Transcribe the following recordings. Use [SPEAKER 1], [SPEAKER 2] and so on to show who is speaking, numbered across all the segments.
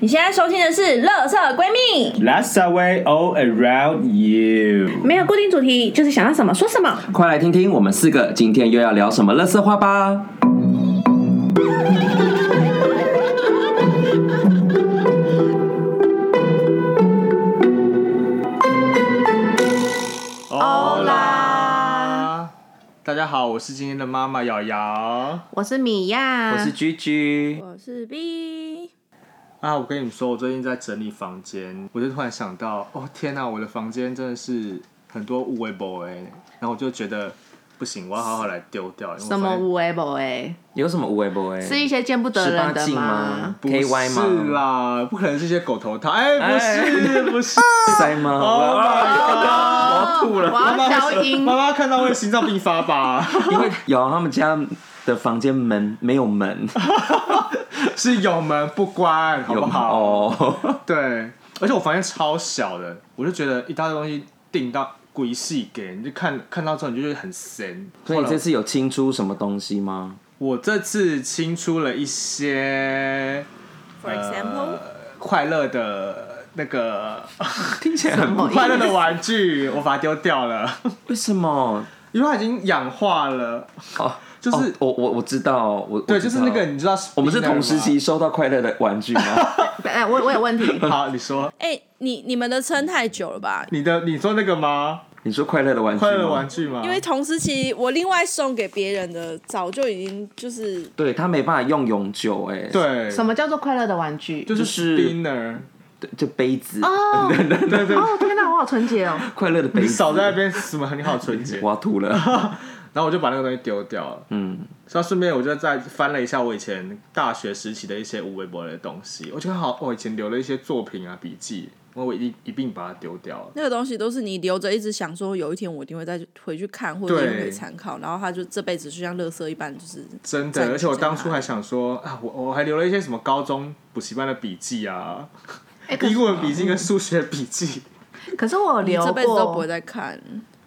[SPEAKER 1] 你现在收听的是《乐色闺蜜》，
[SPEAKER 2] Let's away all around you。
[SPEAKER 1] 没有固定主题，就是想要什么说什么。
[SPEAKER 3] 快来听听我们四个今天又要聊什么乐色话吧！
[SPEAKER 2] 欧啦！啊大家好，我是今天的妈妈瑶瑶，
[SPEAKER 1] 我是米娅，
[SPEAKER 3] 我是居居，
[SPEAKER 1] 我是 B，
[SPEAKER 2] 啊，我跟你们说，我最近在整理房间，我就突然想到，哦天哪、我的房间真的是很多无为 boy，然欸后我就觉得不行，我要好好来丢掉。因为我
[SPEAKER 4] 什么
[SPEAKER 2] 发现
[SPEAKER 4] 无为不为？
[SPEAKER 3] 有什么无为不为？
[SPEAKER 4] 是一些见不得
[SPEAKER 3] 十八
[SPEAKER 4] 人的
[SPEAKER 3] 禁吗
[SPEAKER 4] 吗？
[SPEAKER 2] 不
[SPEAKER 3] KY
[SPEAKER 2] 是
[SPEAKER 3] 吗？
[SPEAKER 2] 啦，不可能是一些狗头套，哎、不是、不 是，
[SPEAKER 3] 塞吗？
[SPEAKER 2] Oh my
[SPEAKER 3] 我要吐了！
[SPEAKER 4] 我要消
[SPEAKER 2] 妈
[SPEAKER 4] 音。
[SPEAKER 2] 妈妈看到会心脏病发吧？
[SPEAKER 3] 因为有他们家的房间门没有门，
[SPEAKER 2] 是有门不关，好
[SPEAKER 3] 有
[SPEAKER 2] 不好？
[SPEAKER 3] 哦，
[SPEAKER 2] 对，而且我房间超小的，我就觉得一大堆东西订到鬼戏给，你就看看到之后你就觉得很神。
[SPEAKER 3] 所以你
[SPEAKER 2] 后
[SPEAKER 3] 这
[SPEAKER 2] 来
[SPEAKER 3] 次有清出什么东西吗？
[SPEAKER 2] 我这次清出了一些
[SPEAKER 1] For example？
[SPEAKER 2] 呃、快乐的那个
[SPEAKER 3] 听起来很不
[SPEAKER 2] 快乐的玩具，我把它丢掉了，
[SPEAKER 3] 为什么？
[SPEAKER 2] 因为它已经氧化了。
[SPEAKER 3] 哦，
[SPEAKER 2] 就是
[SPEAKER 3] 哦我我我知道，我
[SPEAKER 2] 对，
[SPEAKER 3] 我知
[SPEAKER 2] 就
[SPEAKER 3] 道
[SPEAKER 2] 是那个你知道，
[SPEAKER 3] 我们是同时期。收到快乐的玩具吗？
[SPEAKER 4] 哎，我我有问题。
[SPEAKER 2] 好，你说
[SPEAKER 1] 哎、你你们的撑太久了吧？
[SPEAKER 2] 你的，你说那个吗？
[SPEAKER 3] 你说快乐的玩具吗？
[SPEAKER 2] 快乐的玩具吗？
[SPEAKER 1] 因为同时期我另外送给别人的，早就已经就是
[SPEAKER 3] 对他没办法用永久、哎，
[SPEAKER 2] 对，
[SPEAKER 4] 什么叫做快乐的玩具？
[SPEAKER 2] 就是
[SPEAKER 3] 就是
[SPEAKER 2] spinner，
[SPEAKER 3] 对，就杯子，
[SPEAKER 2] 啊
[SPEAKER 4] 哦
[SPEAKER 2] 对对，
[SPEAKER 4] 哦，天哪，我好纯洁哦。
[SPEAKER 3] 快乐的杯
[SPEAKER 2] 你
[SPEAKER 3] 子，
[SPEAKER 2] 少在那边什么很好纯洁。
[SPEAKER 3] 我要吐了，
[SPEAKER 2] 然后我就把那个东西丢掉了。
[SPEAKER 3] 嗯，
[SPEAKER 2] 然后顺便我就再翻了一下我以前大学时期的一些无微博的东西，我觉得好，我以前留了一些作品啊、笔记，我一定一并把它丢掉了。
[SPEAKER 1] 那个东西都是你留着，一直想说有一天我一定会再回去看，或者
[SPEAKER 2] 对
[SPEAKER 1] 用可以参考。然后他就这辈子就像垃圾一般，就是
[SPEAKER 2] 真
[SPEAKER 1] 在
[SPEAKER 2] 的，而且我当初还想说啊，我我还留了一些什么高中补习班的笔记啊，
[SPEAKER 4] 哎，可
[SPEAKER 2] 英
[SPEAKER 4] 是
[SPEAKER 2] 文笔记跟数学 笔记，
[SPEAKER 4] 可是我有
[SPEAKER 1] 你
[SPEAKER 4] 留
[SPEAKER 1] 这辈子都不
[SPEAKER 4] 过，
[SPEAKER 1] 会再看。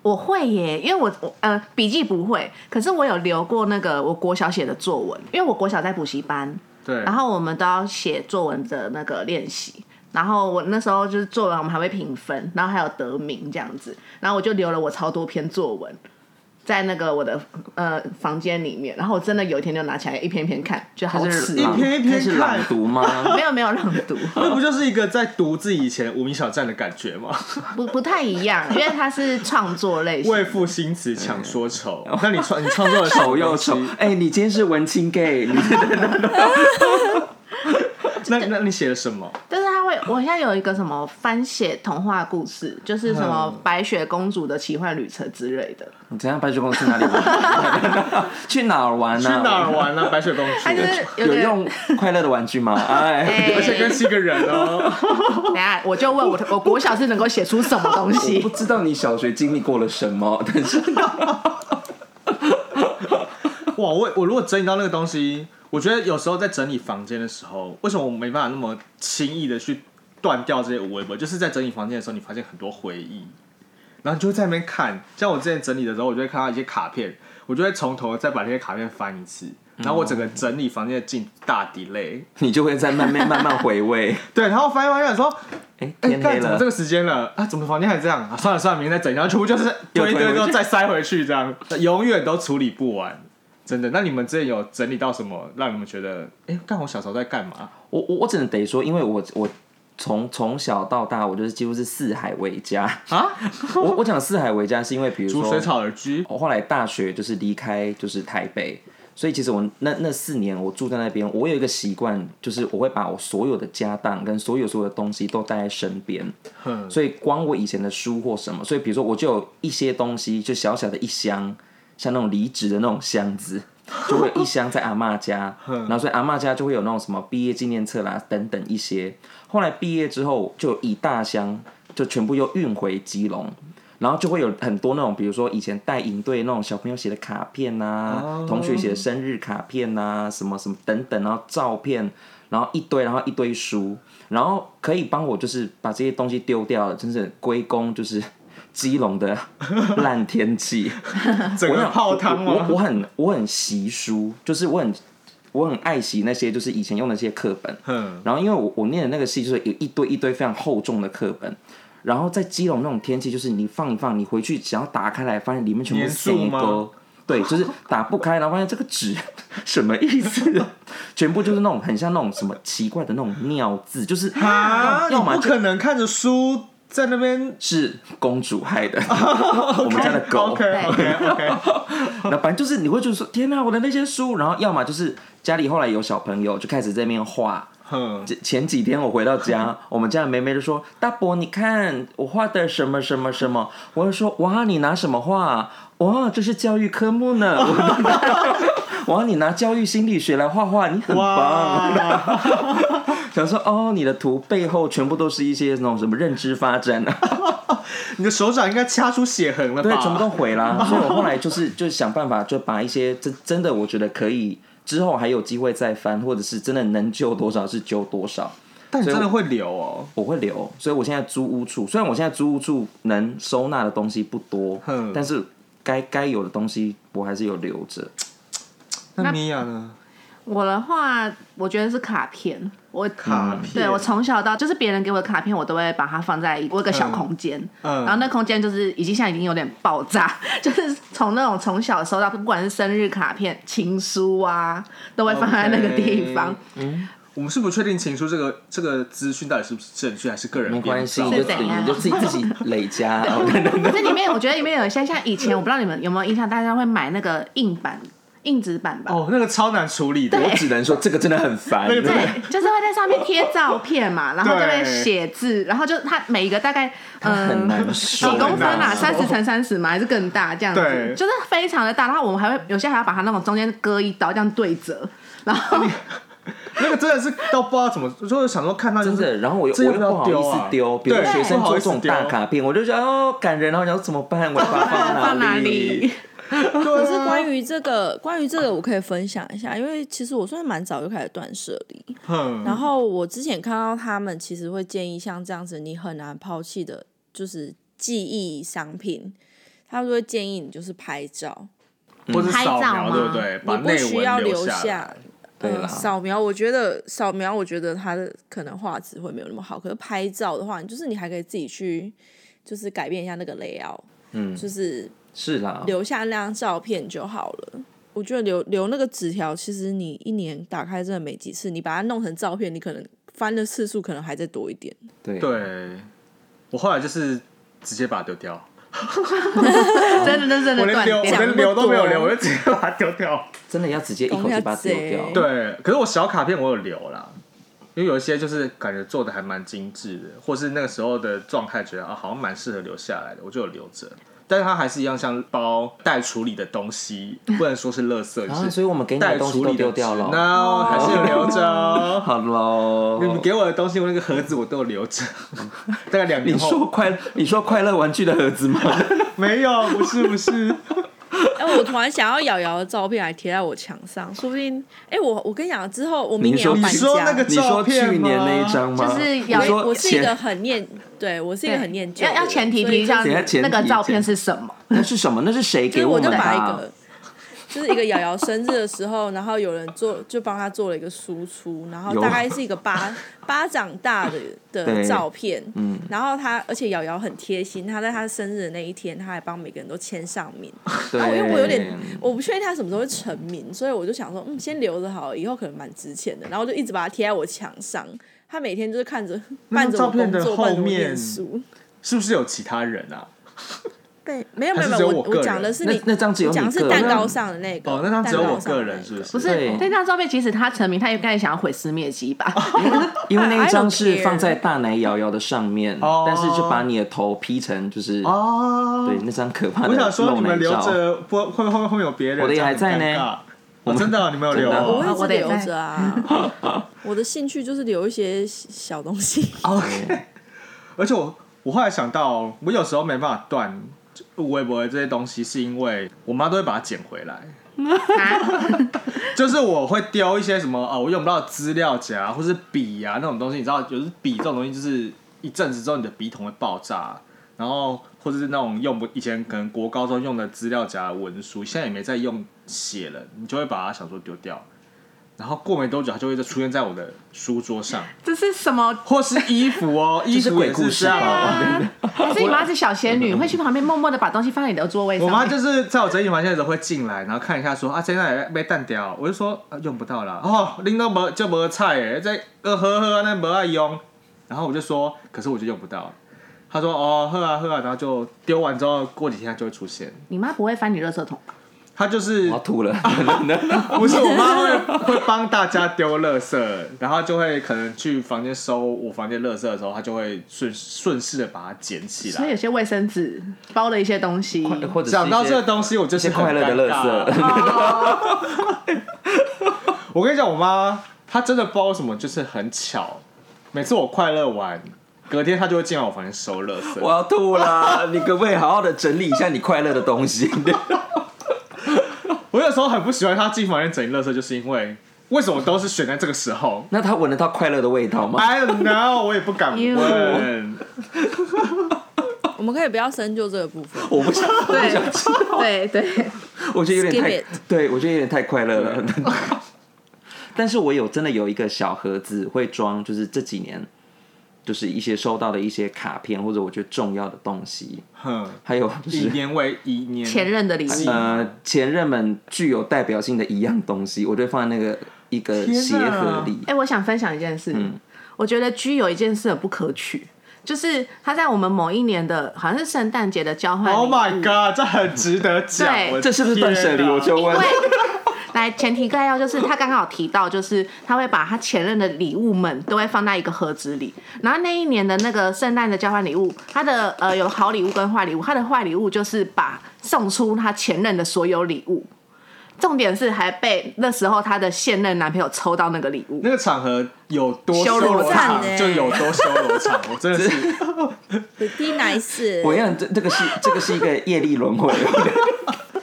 [SPEAKER 4] 我会耶，因为我我呃笔记不会，可是我有留过那个我国小写的作文，因为我国小在补习班，
[SPEAKER 2] 对，
[SPEAKER 4] 然后我们都要写作文的那个练习。然后我那时候就是作文，我们还会评分，然后还有得名这样子。然后我就留了我超多篇作文，在那个我的呃房间里面。然后我真的有一天就拿起来一篇一篇看，就好
[SPEAKER 3] 是
[SPEAKER 4] 刺
[SPEAKER 2] 一
[SPEAKER 4] 哦。
[SPEAKER 3] 朗
[SPEAKER 2] 篇一篇
[SPEAKER 3] 它是
[SPEAKER 2] 看
[SPEAKER 3] 朗读 吗？
[SPEAKER 4] 没有没有朗读，
[SPEAKER 2] 那不就是一个在读自己以前无名小站的感觉吗？
[SPEAKER 4] 不不太一样，因为它是创作类型。
[SPEAKER 2] 为赋新词强说愁。那你创你创作了什
[SPEAKER 3] 哎丑
[SPEAKER 2] 么
[SPEAKER 3] 又
[SPEAKER 2] 东西
[SPEAKER 3] 丑，哎、你今天是文青 gay，你
[SPEAKER 2] 那那你写了什么？
[SPEAKER 4] 但是它会，我现在有一个什么翻写童话故事，就是什么
[SPEAKER 2] 嗯
[SPEAKER 4] 白雪公主的奇幻旅程之类的。
[SPEAKER 3] 你怎样？白雪公主去哪里玩？ 去哪儿玩
[SPEAKER 2] 去
[SPEAKER 3] 呢、啊？
[SPEAKER 2] 哪儿玩啊？白雪公
[SPEAKER 4] 它就
[SPEAKER 2] 主。
[SPEAKER 4] 是
[SPEAKER 3] 有
[SPEAKER 4] 个
[SPEAKER 3] 用快乐的玩 具吗？哎，
[SPEAKER 2] 而且跟七个人哦，
[SPEAKER 4] 等一下，我就问我，我国小是能够写出什么东
[SPEAKER 3] 我
[SPEAKER 4] 西
[SPEAKER 3] 不？知道你小学经历过了什么，但是
[SPEAKER 2] 哇！我我如果整理到那个东西，我觉得有时候在整理房间的时候，为什么我没办法那么轻易的去断掉这些无微博？就是在整理房间的时候，你发现很多回忆，然后你就会在那边看。像我之前整理的时候，我就会看到一些卡片，我就会从头再把这些卡片翻一次，然后我整个整理房间的进大 delay。
[SPEAKER 3] 你就会在慢慢慢慢回味。
[SPEAKER 2] 对，然后翻一翻，想说，
[SPEAKER 3] 哎、
[SPEAKER 2] 哎、
[SPEAKER 3] 天
[SPEAKER 2] 干
[SPEAKER 3] 黑
[SPEAKER 2] 怎么
[SPEAKER 3] 了
[SPEAKER 2] 这，个时间了啊？怎么房间还这样？啊、算了算了，明天再整，然后全部就是
[SPEAKER 3] 又
[SPEAKER 2] 堆一
[SPEAKER 3] 推
[SPEAKER 2] 堆
[SPEAKER 3] 回
[SPEAKER 2] 之后
[SPEAKER 3] 去
[SPEAKER 2] 再塞回去，这样永远都处理不完。真的，那你们之前有整理到什么让你们觉得，哎、干我小时候在干嘛？
[SPEAKER 3] 我我我只能得说，因为我我从从小到大，我就是几乎是四海为家。
[SPEAKER 2] 啊，
[SPEAKER 3] 我我讲四海为家，是因为比如
[SPEAKER 2] 逐水
[SPEAKER 3] 说，哦
[SPEAKER 2] 草而居，
[SPEAKER 3] 我后来大学就是离开就是台北，所以其实我那那四年我住在那边，我有一个习惯，就是我会把我所有的家当跟所有所有的东西都带在身边。
[SPEAKER 2] 哼，
[SPEAKER 3] 所以光我以前的书或什么，所以比如说我就有一些东西，就小小的一箱，像那种离职的那种箱子，就会有一箱在阿嬷家，然后所以阿嬷家就会有那种什么毕业纪念册啦等等一些。后来毕业之后，就有一大箱，就全部又运回基隆。然后就会有很多那种，比如说以前带营队那种小朋友写的卡片啊呐、
[SPEAKER 2] 哦
[SPEAKER 3] 同学写的生日卡片呐、啊什么什么等等，然后照片，然后一堆，然后一堆书，然后可以帮我就是把这些东西丢掉了，真是归功就是基隆的 烂 天气。
[SPEAKER 2] 整
[SPEAKER 3] 我
[SPEAKER 2] 个
[SPEAKER 3] 想
[SPEAKER 2] 泡汤
[SPEAKER 3] 我我
[SPEAKER 2] 吗？
[SPEAKER 3] 我很我很习书，就是我很我很爱惜那些就是以前用的那些课本，
[SPEAKER 2] 哼，
[SPEAKER 3] 然后因为我我念的那个系就是有一堆一堆非常厚重的课本，然后在基隆那种天气，就是你放一放，你回去只要打开来，发现里面全部是
[SPEAKER 2] 粘住
[SPEAKER 3] 生
[SPEAKER 2] 吗
[SPEAKER 3] 哥。对，就是打不开，然后发现这个纸什么意 思？全部就是那种很像那种什么奇怪的那种尿字，就是
[SPEAKER 2] 啊，
[SPEAKER 3] 要
[SPEAKER 2] 你
[SPEAKER 3] 要么
[SPEAKER 2] 不
[SPEAKER 3] 就
[SPEAKER 2] 可能看着书在 那边。
[SPEAKER 3] 是公主害的， 我们家的狗。
[SPEAKER 2] OK OK OK，
[SPEAKER 3] 那反正就是你会就是说，天哪、我的那些书，然后要么就是家里后来有小朋友就开始在那边画。
[SPEAKER 2] 哼，
[SPEAKER 3] 前前几天我回到家，我们家的妹妹就说：“大伯，你看我画的什么什么什么。”我就说：“哇，你拿什么画？哇，这是教育科目呢。我”哇，你拿教育心理学来画画，你很棒。
[SPEAKER 2] 哇，
[SPEAKER 3] 想说哦，你的图背后全部都是一些那种什么认知发展啊。
[SPEAKER 2] 你的手掌应该掐出血痕了吧？
[SPEAKER 3] 对，全部都毁啦。所以我后来就是就是想办法，就把一些真真的我觉得可以之后还有机会再翻，或者是真的能救多少是救多少，
[SPEAKER 2] 但你真
[SPEAKER 3] 所以
[SPEAKER 2] 的
[SPEAKER 3] 我
[SPEAKER 2] 会流哦。
[SPEAKER 3] 我会留。所以我现在租屋处，虽然我现在租屋处能收纳的东西不多
[SPEAKER 2] 哼，
[SPEAKER 3] 但是该该有的东西我还是有留着。
[SPEAKER 2] 那
[SPEAKER 4] 那
[SPEAKER 2] 米娅呢？
[SPEAKER 4] 我的话，我觉得是卡片。我
[SPEAKER 2] 卡片
[SPEAKER 4] 对我从小到就是别人给我的卡片，我都会把它放在我有个小空间，
[SPEAKER 2] 嗯嗯
[SPEAKER 4] 然后那空间就是已经现在已经有点爆炸， 就是从那种从小收到，不管是生日卡片、情书啊，都会放在那个地方。
[SPEAKER 3] 嗯
[SPEAKER 2] 我们是不确定情书这个这个资讯到底是不是正确，还是个人
[SPEAKER 3] 没关系，
[SPEAKER 2] 编
[SPEAKER 3] 你
[SPEAKER 2] 造
[SPEAKER 3] 就
[SPEAKER 4] 怎样
[SPEAKER 3] 你就自己自己累加。
[SPEAKER 4] 这里面我觉得里面有一些像以前，我不知道你们有没有印象，大家会买那个硬板、硬纸板吧？
[SPEAKER 2] 哦，那个超难处理的，
[SPEAKER 3] 我只能说这个真的很烦。
[SPEAKER 2] 那个真的
[SPEAKER 4] 对，就是会在上面贴照片嘛，然后就会
[SPEAKER 2] 对
[SPEAKER 4] 写字，然后就它每一个大概嗯
[SPEAKER 3] 很难说，
[SPEAKER 4] 几公分啊？
[SPEAKER 2] 难
[SPEAKER 4] 三十乘三十嘛，还是更大这样子
[SPEAKER 2] 对，
[SPEAKER 4] 就是非常的大。然后我们还会有些还要把它那种中间割一刀这样对折，然后
[SPEAKER 2] 那个真的是到不知道怎么，就是想说看到就
[SPEAKER 3] 真
[SPEAKER 2] 是
[SPEAKER 3] 的，然后我又
[SPEAKER 2] 这
[SPEAKER 3] 我又
[SPEAKER 2] 个不要
[SPEAKER 3] 不好意
[SPEAKER 2] 丢
[SPEAKER 3] 思
[SPEAKER 2] 啊
[SPEAKER 3] 丢，比如说
[SPEAKER 2] 对
[SPEAKER 3] 学生
[SPEAKER 2] 不好
[SPEAKER 3] 做
[SPEAKER 2] 意
[SPEAKER 3] 这
[SPEAKER 2] 思
[SPEAKER 3] 种大
[SPEAKER 2] 丢
[SPEAKER 3] 卡片，我就觉得哦感人，然后你要怎么办？我要把它
[SPEAKER 4] 放
[SPEAKER 3] 哪
[SPEAKER 4] 哪？里？
[SPEAKER 2] 对啊
[SPEAKER 1] 可是关于这个，关于这个，我可以分享一下，因为其实我算蛮早就开始断舍离，然
[SPEAKER 2] 哼，
[SPEAKER 1] 后我之前看到他们其实会建议像这样子你很难抛弃的，就是记忆商品，他们都会建议你就是拍照，
[SPEAKER 2] 或者
[SPEAKER 4] 拍
[SPEAKER 2] 扫
[SPEAKER 4] 照
[SPEAKER 2] 描
[SPEAKER 4] 吗
[SPEAKER 2] 对不对？把
[SPEAKER 1] 你不
[SPEAKER 2] 内
[SPEAKER 1] 需要
[SPEAKER 2] 文
[SPEAKER 1] 留
[SPEAKER 2] 下来。
[SPEAKER 3] 对啦
[SPEAKER 4] 嗯
[SPEAKER 1] 呃，扫描我觉得扫描，我觉得它的可能画质会没有那么好。可是拍照的话，就是你还可以自己去，就是改变一下那个 layout，
[SPEAKER 3] 嗯
[SPEAKER 1] 就是
[SPEAKER 3] 是啦，
[SPEAKER 1] 留下那张照片就好了。我觉得留留那个纸条，其实你一年打开真的没几次，你把它弄成照片，你可能翻的次数可能还再多一 点。
[SPEAKER 3] 对，
[SPEAKER 2] 对，我后来就是直接把它丢掉，
[SPEAKER 4] 真的真的真
[SPEAKER 2] 我
[SPEAKER 4] 的
[SPEAKER 2] 连
[SPEAKER 4] 断
[SPEAKER 2] 留我
[SPEAKER 4] 掉。
[SPEAKER 2] 连留都没有留，我就
[SPEAKER 1] 讲不多
[SPEAKER 2] 直接把它丢掉。
[SPEAKER 3] 真的要直接一口气把它丢掉。
[SPEAKER 1] 公鸭
[SPEAKER 2] 对，可是我小卡片我有留啦，因为有一些就是感觉做的还蛮精致的，或是那个时候的状态觉得啊好像蛮适合留下来的，我就有留着。但是它还是一样像包待处理的 东西，不能说是垃圾，
[SPEAKER 3] 啊，
[SPEAKER 2] 就是
[SPEAKER 3] 所以我们给你
[SPEAKER 2] 待
[SPEAKER 3] 的东西
[SPEAKER 2] 处
[SPEAKER 3] 都
[SPEAKER 2] 理
[SPEAKER 3] 丢
[SPEAKER 2] 的
[SPEAKER 3] 掉
[SPEAKER 2] 纸
[SPEAKER 3] 了。
[SPEAKER 2] ，no，还是有留 着哦。
[SPEAKER 3] 好喽
[SPEAKER 2] 你，们给我的东西，我那个盒子我都有 留着，大概两
[SPEAKER 3] 你
[SPEAKER 2] 年
[SPEAKER 3] 说
[SPEAKER 2] 后
[SPEAKER 3] 快，你说快乐玩具的盒子吗？
[SPEAKER 2] 没有，不是不是，
[SPEAKER 1] 哎、我突然想要瑶瑶的照片还贴在我墙上，说不定哎、我我跟你讲，之后我
[SPEAKER 3] 你
[SPEAKER 1] 明年要
[SPEAKER 3] 说
[SPEAKER 1] 搬家。
[SPEAKER 2] 你说 那个
[SPEAKER 3] 你说
[SPEAKER 2] 照片吗
[SPEAKER 3] 去年那一张吗？
[SPEAKER 4] 就是
[SPEAKER 3] 你
[SPEAKER 4] 有
[SPEAKER 3] 说
[SPEAKER 1] 我是一个
[SPEAKER 3] 前
[SPEAKER 1] 很念，对我是一
[SPEAKER 4] 对
[SPEAKER 1] 个很念旧的
[SPEAKER 4] 要
[SPEAKER 1] 人。
[SPEAKER 4] 要前提
[SPEAKER 1] 所以
[SPEAKER 4] 提一下
[SPEAKER 1] 就是
[SPEAKER 3] 等一下前提
[SPEAKER 4] 那个照片是什么？
[SPEAKER 3] 那是什么？那是谁
[SPEAKER 1] 所以
[SPEAKER 3] 给
[SPEAKER 1] 我就
[SPEAKER 3] 们的
[SPEAKER 1] 把一
[SPEAKER 3] 啊？
[SPEAKER 1] 个，就是一个瑶瑶生日的时候，然后有人做就帮她做了一个输出，然后
[SPEAKER 3] 有
[SPEAKER 2] 啊
[SPEAKER 1] 大概是一个巴巴掌大的 的
[SPEAKER 3] 对
[SPEAKER 1] 照片，嗯，然后她而且瑶瑶很贴心，她在她生日的那一天，她还帮每个人都签上名。
[SPEAKER 3] 对，
[SPEAKER 1] 然后因啊为我有点我不确定她什么时候会成名，所以我就想说，嗯，先留着好了，以后可能蛮值钱的，然后我就一直把它贴在我墙上。她每天就是看着
[SPEAKER 2] 那张
[SPEAKER 1] 伴着
[SPEAKER 2] 照
[SPEAKER 1] 我
[SPEAKER 2] 片
[SPEAKER 1] 工
[SPEAKER 2] 的
[SPEAKER 1] 作，伴着
[SPEAKER 2] 后
[SPEAKER 1] 我
[SPEAKER 2] 面
[SPEAKER 1] 念书。
[SPEAKER 2] 是不是有其他人啊？
[SPEAKER 1] 对，没有没
[SPEAKER 2] 还是
[SPEAKER 1] 有没
[SPEAKER 2] 只有
[SPEAKER 1] 我
[SPEAKER 2] 我个人
[SPEAKER 1] 讲的是
[SPEAKER 3] 那
[SPEAKER 1] 你
[SPEAKER 3] 那张只有
[SPEAKER 1] 我讲
[SPEAKER 3] 你
[SPEAKER 1] 的
[SPEAKER 3] 个
[SPEAKER 1] 是
[SPEAKER 3] 人
[SPEAKER 1] 蛋糕上的那个。
[SPEAKER 2] 哦，那张只有
[SPEAKER 1] 蛋
[SPEAKER 2] 我
[SPEAKER 1] 糕上
[SPEAKER 2] 个
[SPEAKER 1] 的
[SPEAKER 2] 人，
[SPEAKER 1] 那
[SPEAKER 2] 是不
[SPEAKER 1] 个
[SPEAKER 2] 是？
[SPEAKER 4] 不
[SPEAKER 3] 对
[SPEAKER 4] 是那张照片，即使他成名，他也应该想要毁尸灭迹吧？
[SPEAKER 3] 因为那一张
[SPEAKER 1] I don't
[SPEAKER 3] 是
[SPEAKER 1] care
[SPEAKER 3] 放在大奶瑶瑶的上面，
[SPEAKER 2] 哦
[SPEAKER 3] 但是就把你的头 P 成就是
[SPEAKER 2] 哦，
[SPEAKER 3] 对那张可怕的
[SPEAKER 2] 我
[SPEAKER 3] 露
[SPEAKER 2] 想
[SPEAKER 3] 奶
[SPEAKER 2] 说你们留
[SPEAKER 3] 照。
[SPEAKER 2] 着，不会不会后面后面有别人，
[SPEAKER 3] 我的也
[SPEAKER 2] 这样
[SPEAKER 3] 还在
[SPEAKER 2] 很
[SPEAKER 3] 呢
[SPEAKER 2] 尴尬。我真的哦，你们有留
[SPEAKER 3] 真的
[SPEAKER 1] 我
[SPEAKER 2] 哦
[SPEAKER 4] 哦
[SPEAKER 1] 会一
[SPEAKER 4] 我
[SPEAKER 1] 直
[SPEAKER 4] 的也
[SPEAKER 1] 留
[SPEAKER 4] 在
[SPEAKER 1] 着啊。 我的兴趣就是留一些小东西。
[SPEAKER 2] 哦？OK。而且我我后来想到，我有时候没办法断微博这些东西，是因为我妈都会把它捡回来。
[SPEAKER 4] 啊
[SPEAKER 2] 就是我会丢一些什么啊、我用不到的资料夹或是笔啊那种东西，你知道，有时笔这啊种东西就是一阵子之后你的笔筒会爆炸，然后或者是那种用不以前可能国高中用的资料夹文书，现在也没在用写了，你就会把它想说丢掉。然后过没多久，它就会再出现在我的书桌上，
[SPEAKER 4] 这是什么？
[SPEAKER 2] 或是衣服哦，衣
[SPEAKER 3] 是
[SPEAKER 2] 服
[SPEAKER 3] 鬼
[SPEAKER 2] 也
[SPEAKER 3] 故
[SPEAKER 2] 是
[SPEAKER 3] 事
[SPEAKER 2] 这样哦。
[SPEAKER 3] 啊！
[SPEAKER 4] 还是你妈是小仙女，会去旁边默默的把东西放在你的座位上
[SPEAKER 2] 我
[SPEAKER 4] 面？
[SPEAKER 2] 妈就是在我整理房间的时候会进来，然后看一下说啊，这那被淡掉，我就说、啊、用不到啦，哦，拎到没就没菜诶，这呃呵呵那没爱用，然后我就说，可是我就用不到，她说哦喝啊喝啊，然后就丢完之后过几天它就会出现，
[SPEAKER 4] 你妈不会翻你垃圾桶吧？
[SPEAKER 2] 她就是
[SPEAKER 3] 我要 吐了，真的
[SPEAKER 2] 不是我妈会会帮大家丢垃圾，然后就会可能去房间收我房间垃圾的时候，她就会顺顺势的把它捡起
[SPEAKER 4] 所以
[SPEAKER 2] 来
[SPEAKER 4] 有。些卫生纸包了一些东西，
[SPEAKER 3] 或者是一些
[SPEAKER 2] 讲到这个东西，我就
[SPEAKER 3] 一些
[SPEAKER 2] 是很
[SPEAKER 3] 快乐的
[SPEAKER 2] 尴尬
[SPEAKER 3] 乐 色，
[SPEAKER 2] 我跟你讲，我妈她真的不知道为什么，就是很巧，每次我快乐完，隔天她就会进来我房间收垃
[SPEAKER 3] 我
[SPEAKER 2] 圾。
[SPEAKER 3] 要吐了。你可不可以好好的整理一下你快乐的东西？
[SPEAKER 2] 我有时候很不喜欢她进房间整理垃圾，就是因为为什么都是选在这个时候
[SPEAKER 3] 那他闻得到快乐的味道吗？
[SPEAKER 2] ？I don't know，我也不敢问
[SPEAKER 4] You。
[SPEAKER 1] 我们可以不要深究这个部分。
[SPEAKER 3] 我不想，我不想吃，
[SPEAKER 4] 对对，
[SPEAKER 3] 我觉得有点
[SPEAKER 1] Skip
[SPEAKER 3] 太，对我觉得有点太快乐了。 但是我有真的有一个小盒子，会装就是这几年就是一些收到的一些卡片或者我觉得重要的东西，
[SPEAKER 2] 哼，
[SPEAKER 3] 还有就
[SPEAKER 2] 一
[SPEAKER 3] 是
[SPEAKER 2] 年为一年，
[SPEAKER 4] 前任的礼物，
[SPEAKER 3] 呃前任们具有代表性的一样东西，我就会放在那个一个
[SPEAKER 2] 天哪
[SPEAKER 3] 鞋盒里。
[SPEAKER 4] 哎、我想分享一件事，
[SPEAKER 2] 嗯
[SPEAKER 4] 我觉得 G 有一件事很不可取，就是他在我们某一年的，好像是圣诞节的交换礼物。
[SPEAKER 2] Oh my god，这很值得讲。
[SPEAKER 4] 对
[SPEAKER 2] 我的
[SPEAKER 3] 这是不是断舍离？
[SPEAKER 2] 天啊
[SPEAKER 3] 我就问，
[SPEAKER 4] 来，前提概要就是他刚刚有提到，就是他会把他前任的礼物们都会放在一个盒子里。然后那一年的那个圣诞的交换礼物，他的呃有好礼物跟坏礼物，他的坏礼物就是把送出他前任的所有礼物。重点是还被那时候她的现任男朋友抽到那个礼物，
[SPEAKER 2] 那个场合有多
[SPEAKER 4] 修
[SPEAKER 2] 修
[SPEAKER 4] 罗
[SPEAKER 2] 罗场
[SPEAKER 1] 场，欸
[SPEAKER 2] 就有多修罗场。我真的 是，
[SPEAKER 1] Pretty nice，
[SPEAKER 3] 我想这这个是这个是一个业力轮 回。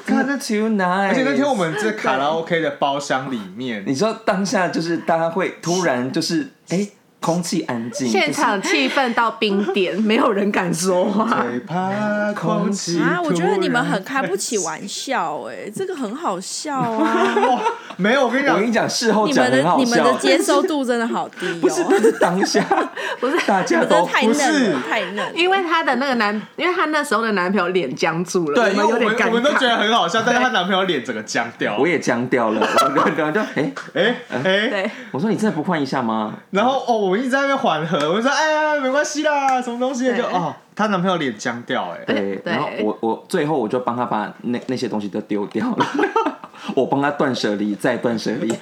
[SPEAKER 3] God, that's too nice。
[SPEAKER 2] 而且那天我们在卡拉 OK 的包厢里面，
[SPEAKER 3] 你知道当下就是大家会突然就是哎、空气安静，
[SPEAKER 4] 现场气氛到冰点，没有人敢说话。
[SPEAKER 2] 最怕空气
[SPEAKER 1] 啊，我觉得你们很
[SPEAKER 2] 突然
[SPEAKER 1] 开不起玩笑哎、这个很好笑啊！
[SPEAKER 2] 没有，我 跟你
[SPEAKER 3] 就是我跟
[SPEAKER 2] 讲
[SPEAKER 3] 你，讲，事后
[SPEAKER 1] 你
[SPEAKER 3] 讲
[SPEAKER 1] 们
[SPEAKER 3] 很
[SPEAKER 1] 的
[SPEAKER 3] 好
[SPEAKER 1] 你们的
[SPEAKER 3] 笑，
[SPEAKER 1] 接受度真的好低哦、
[SPEAKER 3] 不是那是当 下，不是大家
[SPEAKER 1] 我真的
[SPEAKER 3] 都
[SPEAKER 1] 太
[SPEAKER 2] 不是
[SPEAKER 1] 嫩了，太嫩了。
[SPEAKER 4] 因为她的那个男，因为她那时候的男朋友脸僵住了，
[SPEAKER 2] 对，因
[SPEAKER 4] 我
[SPEAKER 2] 为
[SPEAKER 4] 们
[SPEAKER 2] 我
[SPEAKER 4] 有点
[SPEAKER 2] 们
[SPEAKER 4] 尴
[SPEAKER 2] 我们都觉
[SPEAKER 4] 尬。
[SPEAKER 2] 得很好笑，但是她男朋友脸整个僵掉。
[SPEAKER 3] 我也僵掉了，我然后就哎、
[SPEAKER 2] 哎哎，
[SPEAKER 4] 对，
[SPEAKER 3] 我说你真的不换一下吗？
[SPEAKER 2] 然后哦，我一直在那边缓和，我就说哎，没关系啦，什么东西
[SPEAKER 4] 对
[SPEAKER 2] 就哦，她男朋友脸僵掉，哎，
[SPEAKER 3] 对，
[SPEAKER 4] 对
[SPEAKER 3] 然后我我最后我就帮他把那那些东西都丢掉了， 我帮他断舍离，再断舍 离，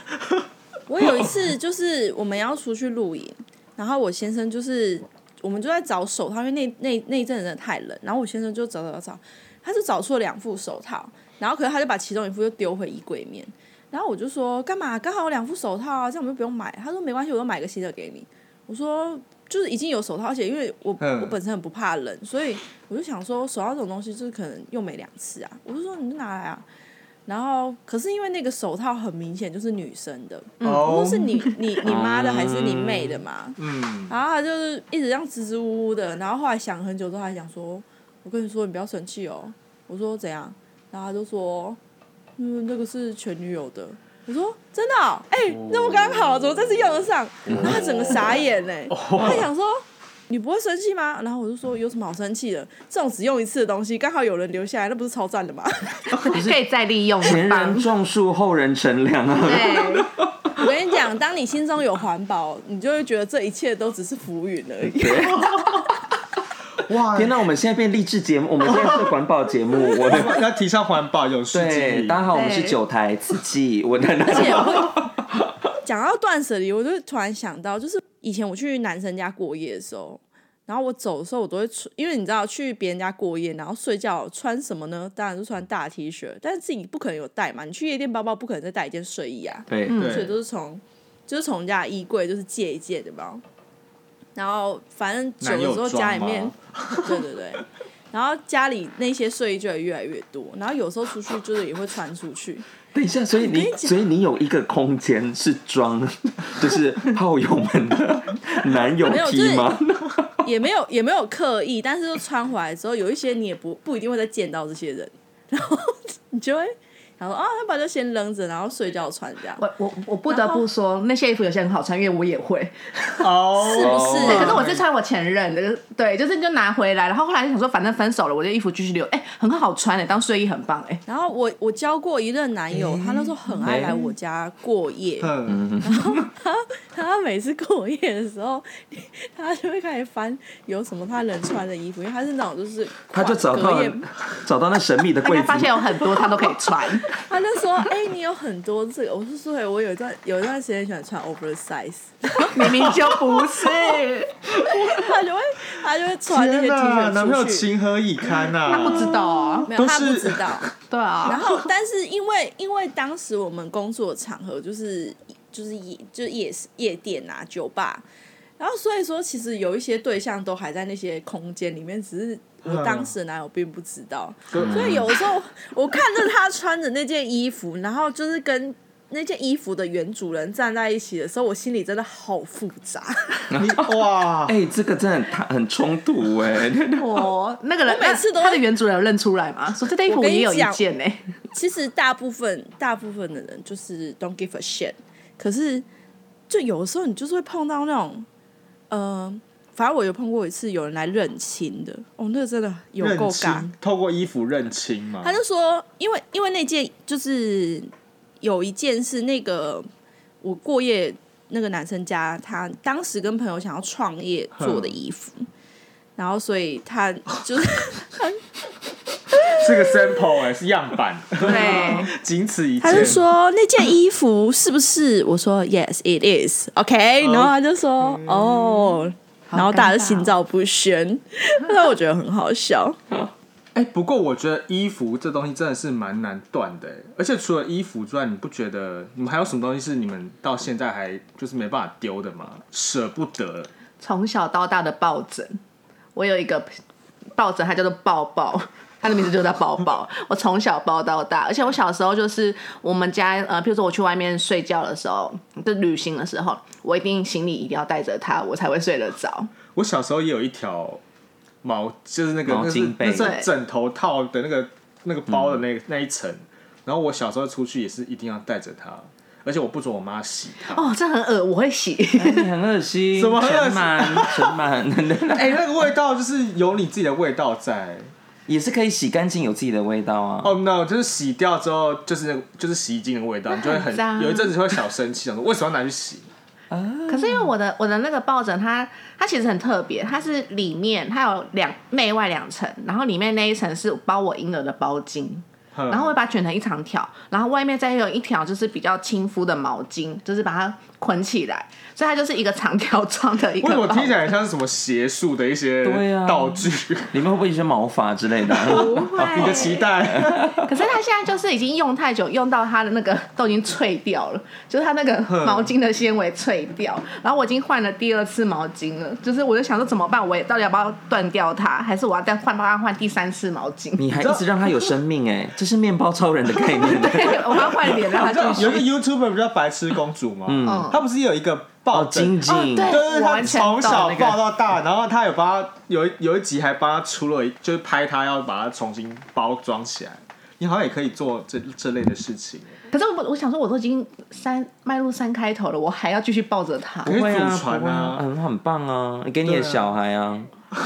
[SPEAKER 1] 我有一次就是我们要出去露营，然后我先生就是我们就在找手套，因为那那那一阵子真的太冷，然后我先生就找找找，他就找出了两副手套，然后可是他就把其中一副又丢回衣柜里面，然后我就说干嘛？刚好有两副手套啊，这样我们就不用买。他说没关系，我就买个新的给你。我说就是已经有手套，而且因为我、
[SPEAKER 2] 嗯
[SPEAKER 1] 我本身很不怕冷，所以我就想说手套这种东西就是可能用没两次啊，我就说你就拿来啊。然后可是因为那个手套很明显就是女生的，我
[SPEAKER 2] 哦
[SPEAKER 1] 说，是你你你妈的还是你妹的嘛？
[SPEAKER 2] 嗯，
[SPEAKER 1] 然后他就是一直这样支支吾吾的，然后后来想很久之后，还想说，我跟你说你不要生气哦。我说怎样？然后他就说，嗯，那个是前女友的。我说真的、哦，哎、那么刚好，怎么这次用得上？然后他整个傻眼嘞、他想说。你不会生气吗？然后我就说有什么好生气的？这种只用一次的东西，刚好有人留下来，那不是超赞的吗？
[SPEAKER 4] 可以再利用，
[SPEAKER 3] 前
[SPEAKER 4] 很棒
[SPEAKER 3] 人。种树，后人乘凉啊。
[SPEAKER 4] 对，
[SPEAKER 1] 我跟你讲，当你心中有环保，你就会觉得这一切都只是浮云而已。
[SPEAKER 2] 哇，
[SPEAKER 3] 天哪，我们现在变励志节目，我们现在是环保节目，我的
[SPEAKER 2] 要提倡环保，永续经
[SPEAKER 3] 对，
[SPEAKER 2] 营
[SPEAKER 3] 大。家好，我们是
[SPEAKER 4] 对
[SPEAKER 3] 九台慈济， 我的
[SPEAKER 1] 而且我讲到断舍离，我就突然想到，就是以前我去男生家过夜的时候，然后我走的时候，我都会穿，因为你知道去别人家过夜，然后睡觉穿什么呢？当然是穿大 T 恤，但是自己不可能有带嘛，你去夜店包包不可能再带一件睡衣啊，
[SPEAKER 3] 对，
[SPEAKER 2] 对
[SPEAKER 1] 所以都是从就是从人家衣柜就是借一件的包，然后反正久
[SPEAKER 2] 男
[SPEAKER 1] 了
[SPEAKER 2] 友
[SPEAKER 1] 之后
[SPEAKER 2] 装
[SPEAKER 1] 家里面
[SPEAKER 2] 吗，
[SPEAKER 1] 对对对。然后家里那些睡衣就会越来越多，然后有时候出去就是也会穿出去，
[SPEAKER 3] 等一下，所以你
[SPEAKER 1] 我跟你讲
[SPEAKER 3] 所以你有一个空间是装， 就是炮友们的男友
[SPEAKER 1] 没有就是
[SPEAKER 3] 梯吗？
[SPEAKER 1] 也没有也没有刻意，但是就穿回来之后，有一些你也不不一定会再见到这些人，然后你就会然后说啊，他把就先扔着，然后睡觉穿这样，
[SPEAKER 4] 我我我不得不说，那些衣服有些很好穿，因为我也会。
[SPEAKER 2] 哦，
[SPEAKER 1] 是不是
[SPEAKER 4] 对，可是我是穿我前任的，对，就是就拿回来，然后后来想说，反正分手了，我这衣服继续留，哎、很好穿哎、当睡衣很棒哎、
[SPEAKER 1] 然后我我交过一任男友，他那时候很爱来我家过夜，
[SPEAKER 2] 嗯，
[SPEAKER 1] 他每次过夜的时候，他就会开始翻有什么他能穿的衣服，因为他是那种就是
[SPEAKER 3] 他就找到
[SPEAKER 1] 隔夜
[SPEAKER 3] 找到那神秘的
[SPEAKER 4] 大
[SPEAKER 3] 柜
[SPEAKER 4] 家
[SPEAKER 3] 子
[SPEAKER 4] 发，现有很多他都可以穿，
[SPEAKER 1] 他就说：“哎、你有很多这个。”我是说，我有一段有一段时间喜欢穿 oversize，
[SPEAKER 4] 明明就不是。
[SPEAKER 1] 他就会他就会穿那
[SPEAKER 2] 天
[SPEAKER 1] 些 T
[SPEAKER 2] 哪，男朋
[SPEAKER 1] 恤
[SPEAKER 2] 友
[SPEAKER 1] 出去。
[SPEAKER 2] 情何以堪呐、
[SPEAKER 4] 他不知道啊，
[SPEAKER 1] 没有，他
[SPEAKER 2] 都是
[SPEAKER 1] 不知 道。
[SPEAKER 4] 对啊，
[SPEAKER 1] 然后，但是因为因为当时我们工作场合就是就是夜就是夜市夜店啊酒吧，然后所以说其实有一些对象都还在那些空间里面，只是我当时的男友并不知道。
[SPEAKER 2] 所
[SPEAKER 1] 所以有的时候我看着他穿着那件衣服，然后就是跟那件衣服的原主人站在一起的时候，我心里真的好复杂。
[SPEAKER 2] 你哇，
[SPEAKER 3] 哎、这个真的很他很冲突哎、
[SPEAKER 4] 我那个人，
[SPEAKER 1] 我每次都
[SPEAKER 4] 他的原主人有认出来嘛，说这件衣服
[SPEAKER 1] 我跟你
[SPEAKER 4] 也有一
[SPEAKER 1] 讲
[SPEAKER 4] 件哎、
[SPEAKER 1] 其实大部分大部分的人就是 don't give a shit，可是就有的时候你就是会碰到那种，呃，反正我有碰过一次有人来认亲的，哦，那个真的有
[SPEAKER 2] 认
[SPEAKER 1] 够尬。
[SPEAKER 2] 清，透过衣服认清嘛，
[SPEAKER 1] 他就说，因为因为那件就是有一件是那个我过夜那个男生家，他当时跟朋友想要创业做的衣服，然后所以他就是
[SPEAKER 2] 是个 sample 哎、是样板，
[SPEAKER 4] 对，
[SPEAKER 2] 仅此一件。
[SPEAKER 1] 他就说那件衣服是不是？我说 Yes, it is. OK，、然后他就说
[SPEAKER 2] 嗯
[SPEAKER 1] 哦，然后大家就心照不宣， 那我觉得很好笑。
[SPEAKER 2] 哎、不过我觉得衣服这东西真的是蛮难断的、哎而且除了衣服之外，你不觉得你们还有什么东西是你们到现在还就是没办法丢的吗？舍不得，
[SPEAKER 4] 从小到大的抱枕，我有一个抱枕，它叫做抱抱。它的名字就叫抱抱，我从小抱到大，而且我小时候就是我们家呃，譬如说我去外面睡觉的时候，就旅行的时候，我一定行李一定要带着它，我才会睡得着。
[SPEAKER 2] 我小时候也有一条毛，就是那个
[SPEAKER 3] 毛巾被嗯
[SPEAKER 2] 那是那
[SPEAKER 4] 对
[SPEAKER 2] 是枕头套的那个那个包的那、那一层，然后我小时候出去也是一定要带着它，而且我不准我妈洗它。
[SPEAKER 4] 哦，这很恶，我会洗。
[SPEAKER 3] 你很恶心，
[SPEAKER 2] 怎么很恶
[SPEAKER 3] 陈
[SPEAKER 2] 心
[SPEAKER 3] 满陈满
[SPEAKER 2] 哎、那个味道就是有你自己的味道在。
[SPEAKER 3] 也是可以洗干净，有自己的味道啊。
[SPEAKER 2] 哦、no，就是洗掉之后，就是那个就是洗衣精的味道，你就会
[SPEAKER 4] 很脏
[SPEAKER 2] 很有一阵子会小生气，想说为什么要拿去洗？
[SPEAKER 4] 可是因为我的我的那个抱枕它，它其实很特别，它是里面它有两内外两层，然后里面那一层是包我婴儿的包巾，
[SPEAKER 2] 哼
[SPEAKER 4] 然后我会把它卷成一长条，然后外面再有一条就是比较亲肤的毛巾，就是把它捆起来，所以它就是一个长条状的一个
[SPEAKER 2] 为什么
[SPEAKER 4] 包。
[SPEAKER 2] 听起来像是什么邪术的一些
[SPEAKER 3] 对啊
[SPEAKER 2] 道 具？
[SPEAKER 3] 里面会不会有一些毛发之 类的、
[SPEAKER 4] 不会，
[SPEAKER 2] 你的期待，
[SPEAKER 4] 可是它现在就是已经用太久，用到它的那个都已经脆掉了，就是它那个毛巾的纤维脆掉。然后我已经换了第二次毛巾了，就是我就想说怎么办？我也到底要不要断掉它，还是我要再换帮它换第三次毛巾？
[SPEAKER 3] 你还一直让它有生命哎、这是面包超人的概 念。
[SPEAKER 4] 我要换脸让它继续。
[SPEAKER 2] 有一个 YouTuber 不叫白痴公主吗？
[SPEAKER 4] 嗯
[SPEAKER 2] 她不是有一个抱
[SPEAKER 3] 哦，
[SPEAKER 2] 枕
[SPEAKER 3] 晶晶，
[SPEAKER 4] 哦
[SPEAKER 2] 就是
[SPEAKER 4] 我
[SPEAKER 2] 他
[SPEAKER 4] 完全
[SPEAKER 2] 从小
[SPEAKER 4] 懂那个
[SPEAKER 2] 抱到大，然后他有帮他有一有一集还帮他出了一，就是拍他要把它重新包装起来。你好像也可以做这这类的事情，
[SPEAKER 4] 可是我我想说，我都已经三迈入三开头了，我还要继续抱着它。
[SPEAKER 2] 可以
[SPEAKER 3] 会啊，
[SPEAKER 2] 祖传
[SPEAKER 3] 不会啊，
[SPEAKER 2] 啊。
[SPEAKER 3] 很很棒啊，你给你的
[SPEAKER 2] 对啊
[SPEAKER 3] 小孩啊。
[SPEAKER 2] 啊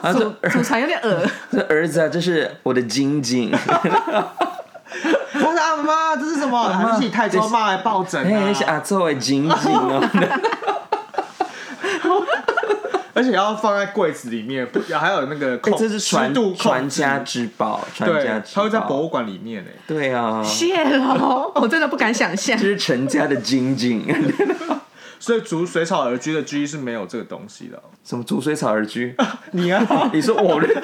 [SPEAKER 3] 他说
[SPEAKER 4] 祖传有点恶，
[SPEAKER 3] 这儿子啊，这是我的晶 晶，哎
[SPEAKER 2] 他说啊妈，这是什么？还是你太多骂来抱枕
[SPEAKER 3] 哎，那是
[SPEAKER 2] 啊？
[SPEAKER 3] 阿作的晶晶 哦。
[SPEAKER 2] 而且要放在柜子里面，不还有那个
[SPEAKER 3] 哎
[SPEAKER 2] 控
[SPEAKER 3] 这是传
[SPEAKER 2] 湿度控制
[SPEAKER 3] 传家之宝，传家
[SPEAKER 2] 对，
[SPEAKER 3] 之
[SPEAKER 2] 他
[SPEAKER 3] 宝。
[SPEAKER 2] 会在博物馆里面哎，
[SPEAKER 3] 对啊，
[SPEAKER 4] 谢喽，我真的不敢想象
[SPEAKER 3] 这。是陈家的晶晶。
[SPEAKER 2] 所以逐水草而居的居是没有这个东西的哦。
[SPEAKER 3] 什么逐水草而居？
[SPEAKER 2] 你啊，
[SPEAKER 3] 你说我的？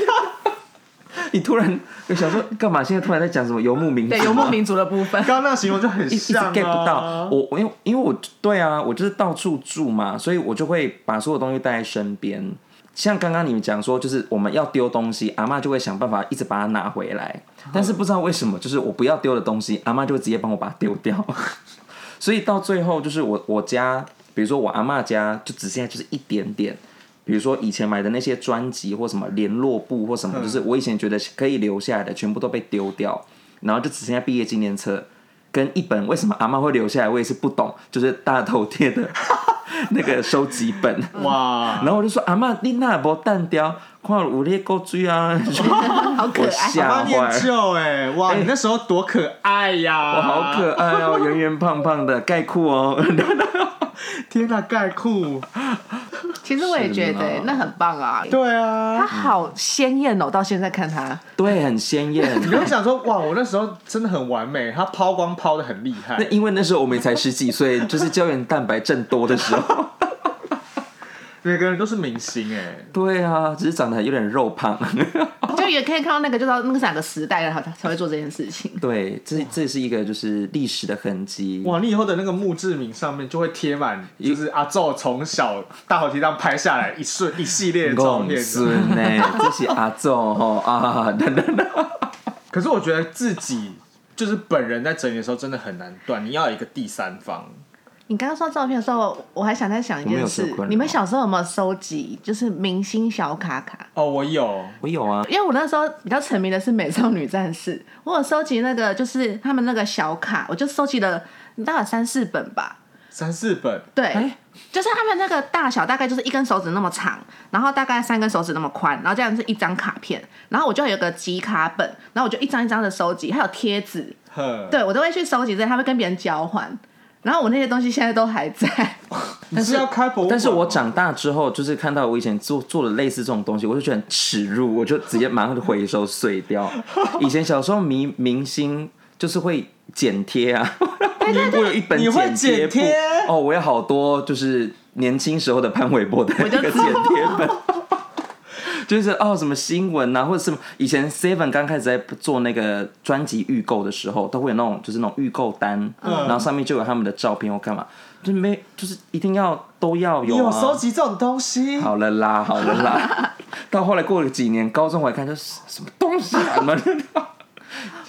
[SPEAKER 3] 你突然我想说干嘛？现在突然在讲什么游牧民族？
[SPEAKER 4] 对游牧民族的部分，
[SPEAKER 2] 刚刚那形容就很
[SPEAKER 3] 一直
[SPEAKER 2] 像啊
[SPEAKER 3] get 不到。我我因为因为我对啊，我就是到处住嘛，所以我就会把所有东西带在身边。像刚刚你们讲说，就是我们要丢东西，阿妈就会想办法一直把它拿回来。但是不知道为什么，就是我不要丢的东西，阿妈就会直接帮我把它丢掉。 所以到最后，就是我我家，比如说我阿妈家，就只剩下就是一点点。比如说以前买的那些专辑或什么联络簿或什么，就是我以前觉得可以留下来的，全部都被丢掉。然后就只剩下毕业纪念册跟一本为什么阿妈会留下来，我也是不懂，就是大头贴的 那个收集本。
[SPEAKER 2] 哇，
[SPEAKER 3] 然后我就说阿妈，你那无蛋雕，看有咧够追啊，
[SPEAKER 4] 好可
[SPEAKER 3] 我
[SPEAKER 4] 爱。
[SPEAKER 3] 吓坏
[SPEAKER 2] 八念。旧哎，哇，你那时候多可爱呀！
[SPEAKER 3] 我好可爱哦，圆圆胖胖的，盖裤哦。
[SPEAKER 2] 天哪，盖裤，
[SPEAKER 4] 其实我也觉
[SPEAKER 3] 是
[SPEAKER 4] 得
[SPEAKER 3] 吗
[SPEAKER 4] 那很棒啊，
[SPEAKER 2] 对
[SPEAKER 4] 它
[SPEAKER 2] 啊，
[SPEAKER 4] 好鲜艳哦！到现在看它，
[SPEAKER 3] 对，很鲜艳。
[SPEAKER 2] 你会想说哇，我那时候真的很完美，他抛光抛的很厉
[SPEAKER 3] 那
[SPEAKER 2] 害，
[SPEAKER 3] 因为那时候我们也才十几岁，就是胶原蛋白正多的时候。
[SPEAKER 2] 每个人都是明星哎，
[SPEAKER 3] 对啊，只是长得还有点肉 胖。
[SPEAKER 4] 就也可以看到那个，就知道那个是哪个时代，然后才才会做这件事情。
[SPEAKER 3] 对，这这是一个就是历史的痕迹。
[SPEAKER 2] 哇，你以后的那个墓志铭上面就会贴满，就是阿宙从小大头提上拍下来一瞬一系列的照片。
[SPEAKER 3] 孙呢，这是阿仲哦啊，等等等。
[SPEAKER 2] 可是我觉得自己就是本人在整理的时候真的很难断，你要有一个第三方。
[SPEAKER 4] 你刚刚说到照片的时候，我还想再想一
[SPEAKER 3] 我没
[SPEAKER 4] 件
[SPEAKER 3] 有这
[SPEAKER 4] 事
[SPEAKER 3] 个困：扰
[SPEAKER 4] 你们小时候有没有收集就是明星小卡卡？
[SPEAKER 2] 哦，我有，
[SPEAKER 3] 我有啊，
[SPEAKER 4] 因为我那时候比较沉迷的是《美少女战士》，我有收集那个就是他们那个小卡，我就收集了大概三四本吧。
[SPEAKER 2] 三四本，
[SPEAKER 4] 对，
[SPEAKER 3] 哎
[SPEAKER 4] 就是他们那个大小大概就是一根手指那么长，然后大概三根手指那么宽，然后这样是一张卡片，然后我就有个集卡本，然后我就一张一张的收集，还有贴纸，
[SPEAKER 2] 呵，
[SPEAKER 4] 对我都会去收集这些，他会跟别人交换。然后我那些东西现在都还在，
[SPEAKER 2] 但是要开博物馆吗
[SPEAKER 3] 但是我长大之后，就是看到我以前做做了类似这种东西，我就觉得很耻辱，我就直接马上就回收碎 掉。以前小时候迷明星就是会剪贴啊，我有一本
[SPEAKER 2] 你会
[SPEAKER 3] 贴
[SPEAKER 2] 剪
[SPEAKER 3] 簿
[SPEAKER 2] 贴
[SPEAKER 3] 哦，我有好多就是年轻时候的潘玮柏的那
[SPEAKER 4] 就
[SPEAKER 3] 个
[SPEAKER 4] 知
[SPEAKER 3] 剪贴本。就是哦，什么新闻啊，或者什么以前 Seven 刚开始在做那个专辑预购的时候，都会有那种就是那种预购单，
[SPEAKER 2] 嗯
[SPEAKER 3] 然后上面就有他们的照片或干嘛，就没就是一定要都要
[SPEAKER 2] 你
[SPEAKER 3] 有、
[SPEAKER 2] 有
[SPEAKER 3] 啊。
[SPEAKER 2] 收集这种东西？
[SPEAKER 3] 好了啦，好了 啦。到后来过了几年，高中回来看，就是什么东西啊？什么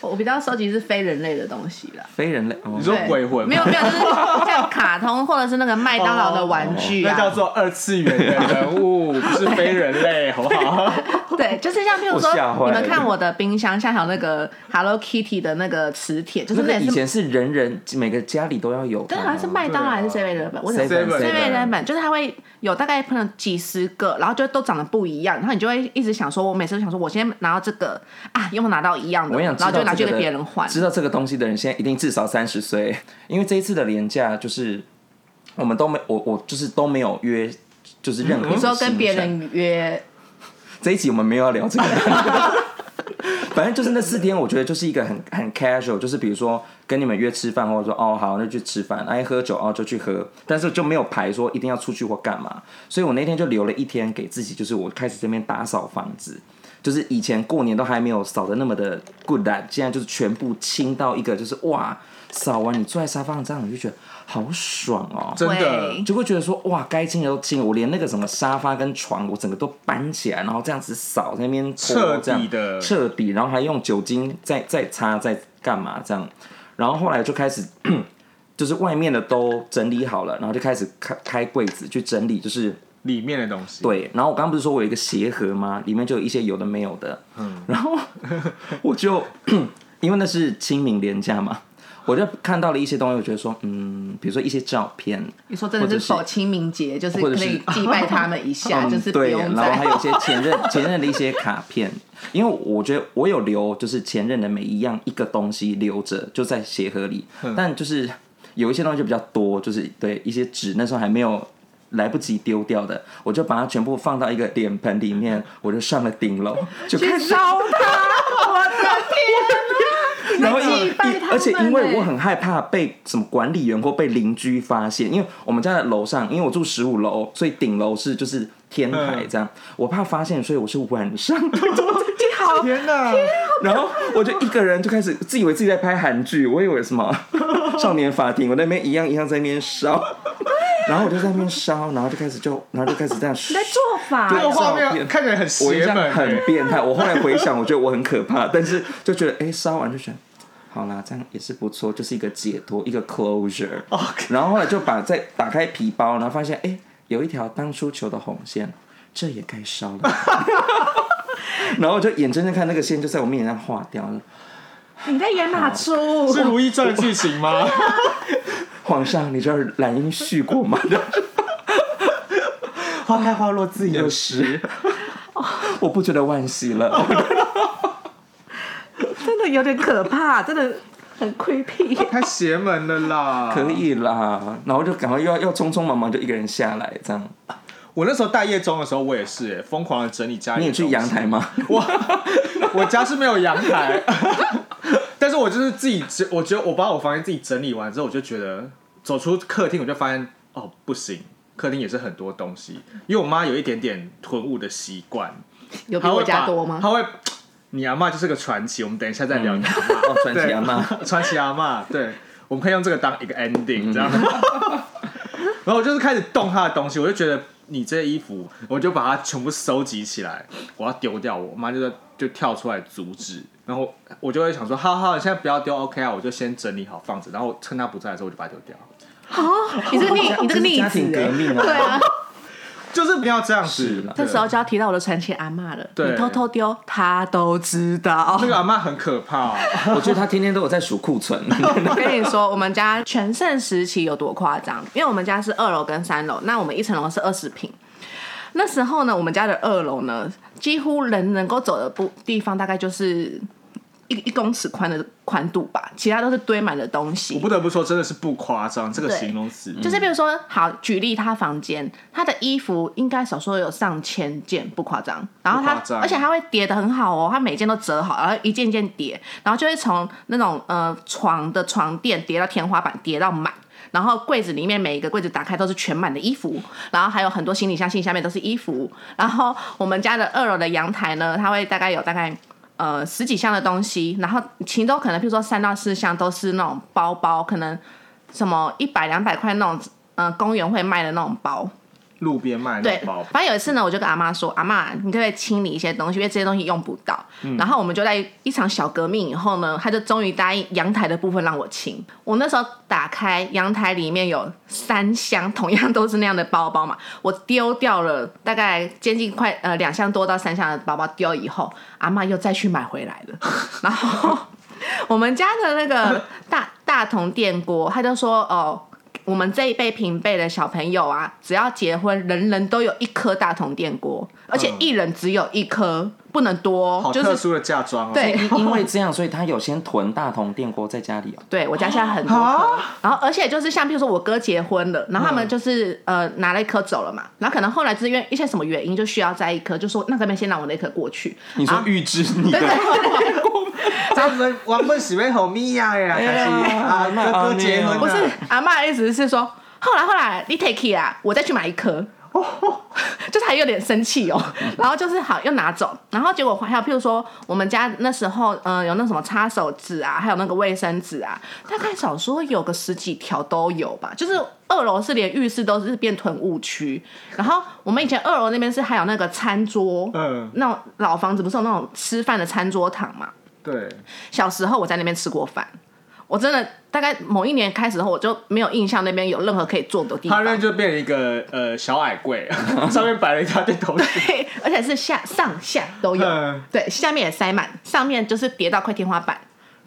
[SPEAKER 4] 我比较收集是非人类的东西啦。
[SPEAKER 3] 非人类？哦
[SPEAKER 2] 你说
[SPEAKER 4] 对
[SPEAKER 2] 鬼魂吗
[SPEAKER 4] 没有没有，就是像卡通或者是那个麦当劳的玩具
[SPEAKER 3] 哦
[SPEAKER 2] 那
[SPEAKER 4] 啊，
[SPEAKER 2] 叫做二次 元的人物，不是非人类，好不好？
[SPEAKER 4] 对，就是像譬如
[SPEAKER 3] 我吓坏
[SPEAKER 4] 说，
[SPEAKER 3] 了
[SPEAKER 4] 你们看我的冰箱，像还有那个 Hello Kitty 的那个磁铁，就是
[SPEAKER 3] 那
[SPEAKER 4] 那
[SPEAKER 3] 个
[SPEAKER 4] 也
[SPEAKER 3] 以
[SPEAKER 4] 是，
[SPEAKER 3] 前是人人每个家里都要有啊它
[SPEAKER 4] 但
[SPEAKER 3] 吗，
[SPEAKER 4] 好像是麦当劳还是 Seven 的本，我想
[SPEAKER 3] Seven-
[SPEAKER 2] Seven-
[SPEAKER 4] Seven 的本，就是它会有大概可能几十个，然后就都长得不一样，然后你就会一直想说，我每次都想说，我先拿到这个啊，又拿到一样
[SPEAKER 3] 我
[SPEAKER 4] 的，
[SPEAKER 3] 跟你
[SPEAKER 4] 然
[SPEAKER 3] 讲，知
[SPEAKER 4] 后
[SPEAKER 3] 道
[SPEAKER 4] 就拿去
[SPEAKER 3] 这个的
[SPEAKER 4] 跟别人换。
[SPEAKER 3] 知道这个东西的人，现在一定至少三十岁，因为这一次的廉价就是我们都没我我就是都没有约，就是任何
[SPEAKER 4] 你说
[SPEAKER 3] 的
[SPEAKER 4] 跟
[SPEAKER 3] 行
[SPEAKER 4] 别
[SPEAKER 3] 程
[SPEAKER 4] 人约，
[SPEAKER 3] 这一集我们没有要聊这个。 反正就是那四天，我觉得就是一个很很 casual，就是比如说跟你们约吃饭，或者说哦好，那就去吃饭，哎喝酒哦就去喝，但是就没有排说一定要出去或干嘛。所以我那天就留了一天给自己，就是我开始这边打扫房子，就是以前过年都还没有扫的那么的 good 啦，现在就是全部清到一个就是哇，扫完你坐在沙发上这样，你就觉得好爽哦，
[SPEAKER 2] 真的
[SPEAKER 4] 会，
[SPEAKER 3] 就会觉得说哇，该清的都清了，我连那个什么沙发跟床，我整个都搬起来，然后这样子扫在那边拖
[SPEAKER 2] 彻底
[SPEAKER 3] 这样
[SPEAKER 2] 的
[SPEAKER 3] 彻底，然后还用酒精再再擦再干嘛这样，然后后来就开始 就是外面的都整理好了，然后就开始开开柜子去整理，就是
[SPEAKER 2] 里面的东西。，
[SPEAKER 3] 对，然后我刚刚不是说我有一个鞋盒吗？里面就有一些有的没有的，
[SPEAKER 2] 嗯
[SPEAKER 3] 然后 我就 因为那是清明廉假嘛。我就看到了一些东西，我觉得说，嗯，比如说一些照片，
[SPEAKER 4] 你说真的
[SPEAKER 3] 或
[SPEAKER 4] 是
[SPEAKER 3] 者是
[SPEAKER 4] 否清明节，就是
[SPEAKER 3] 或者
[SPEAKER 4] 可
[SPEAKER 3] 是
[SPEAKER 4] 以祭拜他们 一下，就是
[SPEAKER 3] 嗯
[SPEAKER 4] 不
[SPEAKER 3] 对，
[SPEAKER 4] 用
[SPEAKER 3] 然后还
[SPEAKER 4] 再
[SPEAKER 3] 有一些前任前任的一些卡片，因为我觉得我有留，就是前任的每一样一个东西留着，就在鞋盒里，
[SPEAKER 4] 嗯
[SPEAKER 3] 但就是有一些东西就比较多，就是对一些纸那时候还没有。来不及丢掉的，我就把它全部放到一个脸盆里面，我就上了顶楼，就开
[SPEAKER 4] 去
[SPEAKER 3] 始
[SPEAKER 4] 烧它。我的 天！啊
[SPEAKER 3] 然后因
[SPEAKER 4] 祭拜他们
[SPEAKER 3] 而且因为
[SPEAKER 4] 欸
[SPEAKER 3] 我很害怕被什么管理员或被邻居发现，因为我们家的楼上，因为我住十五楼，所以顶楼是就是天台这样，我怕发现，所以我是晚 上
[SPEAKER 4] 好
[SPEAKER 2] 天哪！
[SPEAKER 3] 然后我就一个人就开始自以为自己在拍韩剧，我以为什么 少年法庭，我在那边一样一样在那边烧， 然后我就在那边烧，然后就开始就然后就开始这样
[SPEAKER 4] 你在做法
[SPEAKER 2] 这个画
[SPEAKER 3] 照
[SPEAKER 2] 面
[SPEAKER 3] 片
[SPEAKER 2] 看起来很
[SPEAKER 3] 我印
[SPEAKER 2] 邪
[SPEAKER 3] 象
[SPEAKER 2] 门
[SPEAKER 3] 很
[SPEAKER 2] 欸，
[SPEAKER 3] 变态。我后来回想，我觉得我很可怕，但是就觉得哎，烧、完就觉得。好啦，这样也是不错，就是一个解脱，一个 closure。然后后来就把再打开皮包，然后发现哎、有一条当初求的红线，这也该 烧了。然后我就眼睁睁看那个线就在我面前这样化掉了，
[SPEAKER 4] 你在演哪 出？
[SPEAKER 2] 是《如懿传》剧情吗？
[SPEAKER 3] 皇上，你知道兰因絮果吗？ 花开花落自有时， 我不觉得惋惜了。
[SPEAKER 4] 真的有点可怕，真的很 creepy。
[SPEAKER 2] 太邪门了啦！
[SPEAKER 3] 可以啦，然后就赶快又要又匆匆忙忙就一个人下来，这样。
[SPEAKER 2] 我那时候大夜中的时候，我也是哎疯狂的整理家里。
[SPEAKER 3] 你也去阳？台吗？
[SPEAKER 2] 我 我家是没有阳台， 但是我就是自己整，我觉得我把我房间自己整理完之后，我就觉得走出客厅，我就发现哦不行，客厅也是很多东西，因为我妈有一点点囤物的习惯，
[SPEAKER 4] 有比
[SPEAKER 2] 她
[SPEAKER 4] 我
[SPEAKER 2] 会
[SPEAKER 4] 家
[SPEAKER 2] 把
[SPEAKER 4] 多吗
[SPEAKER 2] 她？会。你阿妈就是个传奇，我们等一下再聊你阿嬷
[SPEAKER 3] 哦，传奇阿妈，
[SPEAKER 2] 传奇阿嬷，对，我们可以用这个当一个
[SPEAKER 4] 嗯
[SPEAKER 2] ending 这 样。然后我就是开始动他的东西，我就觉得你这些衣服，我就把它全部收集起来，我要丢掉。我妈就在就跳出来阻止，然后我就会想说，好好，你现在不要丢，OK 啊，我就先整理好放着，然后趁她不在的时候我就把它丢掉。
[SPEAKER 4] 你这个逆，你这个
[SPEAKER 3] 是
[SPEAKER 4] 逆
[SPEAKER 3] 家庭
[SPEAKER 4] 子
[SPEAKER 3] 革
[SPEAKER 4] 欸。
[SPEAKER 3] 命哦、
[SPEAKER 4] 对啊，
[SPEAKER 2] 就是不要这样
[SPEAKER 3] 是
[SPEAKER 2] 子
[SPEAKER 3] 啦。
[SPEAKER 4] 这时候就要提到我的传奇阿嬷了。
[SPEAKER 2] 对
[SPEAKER 4] 你偷偷丢，她都知道
[SPEAKER 2] 那。个阿妈很可怕、哦，
[SPEAKER 4] 啊
[SPEAKER 3] 我觉得他天天都有在数库 存。
[SPEAKER 4] 我跟你说，我们家全盛时期有多夸张？因为我们家是二楼跟三楼，那我们一层楼是二十平。那时候呢，我们家的二楼呢，几乎人能够走的不地方，大概就是一一公尺宽的宽度吧，其他都是堆满了东西。
[SPEAKER 2] 我不得不说，真的是不夸张，这个
[SPEAKER 4] 对
[SPEAKER 2] 形容词。嗯
[SPEAKER 4] 就是比如说，好举例，他房间他的衣服应该少说有上千件，不夸张。然后
[SPEAKER 2] 不夸
[SPEAKER 4] 他，
[SPEAKER 2] 张
[SPEAKER 4] 而且他会叠的很好哦，他每件都折好，然后一件一件叠，然后就会从那种呃床的床垫叠到天花板，叠到满。然后柜子里面每一个柜子打开都是全满的衣服，然后还有很多行李箱，行李下面都是衣服。然后我们家的二楼的阳台呢，它会大概有大概呃十几箱的东西，然后其中可能譬如说三到四箱都是那种包包，可能什么一百两百块那种，呃，公园会卖的那种包。
[SPEAKER 2] 路边卖
[SPEAKER 4] 对
[SPEAKER 2] 那，包，
[SPEAKER 4] 反正有一次呢，我就跟阿妈说：“阿妈，你可不可以清理一些东西？因为这些东西用不到。然后我们就在一场小革命以后呢，她就终于答应阳台的部分让我清。我那时候打开阳台，里面有三箱，同样都是那样的包包嘛。我丢掉了大概接近快呃两箱多到三箱的包包，丢以后，阿妈又再去买回来了。 然后我们家的那个大 大同电锅，他就说哦。我们这一辈平辈的小朋友啊，只要结婚，人人都有一颗大同电锅，而且一人只有一颗，不能多哦。
[SPEAKER 2] 嗯好
[SPEAKER 4] 就
[SPEAKER 2] 特
[SPEAKER 4] 是
[SPEAKER 2] 殊的嫁妆哦。
[SPEAKER 4] 对，
[SPEAKER 3] 因为这样，所以他有先囤大同电锅在家里哦、
[SPEAKER 4] 对我家现在很多
[SPEAKER 2] 啊
[SPEAKER 4] 颗，然后而且就是像譬如说我哥结婚了，然后他
[SPEAKER 2] 嗯
[SPEAKER 4] 们就是、呃拿了一颗走了嘛，然后可能后来就是因为一些什么原因就需要摘一颗，就说那这边先让我那颗过去，
[SPEAKER 3] 你说预支你的，
[SPEAKER 2] 咱们原本是要互米呀呀，但
[SPEAKER 3] 哎
[SPEAKER 2] 是啊哥哥结婚
[SPEAKER 4] 不是
[SPEAKER 2] 了，
[SPEAKER 4] 阿妈的意思是说，后来后来你 take it 啊，我再去买一颗。 就是还有点生气哦，然后就是好又拿走，然后结果还有譬如说我们家那时候，嗯、有那什么擦手纸啊，还有那个卫生纸啊，大概少说有个十几条都有吧。就是二楼是连浴室都是变囤物区，然后我们以前二楼那边是还有那个餐桌，
[SPEAKER 2] 嗯，
[SPEAKER 4] 那种老房子不是有那种吃饭的餐桌堂嘛，
[SPEAKER 2] 对，
[SPEAKER 4] 小时候我在那边吃过饭，我真的大概某一年开始后，我就没有印象那边有任何可以坐的地
[SPEAKER 2] 他
[SPEAKER 4] 方。
[SPEAKER 2] 那就变成一个呃小矮柜， 上面摆了一大堆东西，
[SPEAKER 4] 对，而且是下上下都有，
[SPEAKER 2] 嗯
[SPEAKER 4] 对，下面也塞满，上面就是叠到快天花板。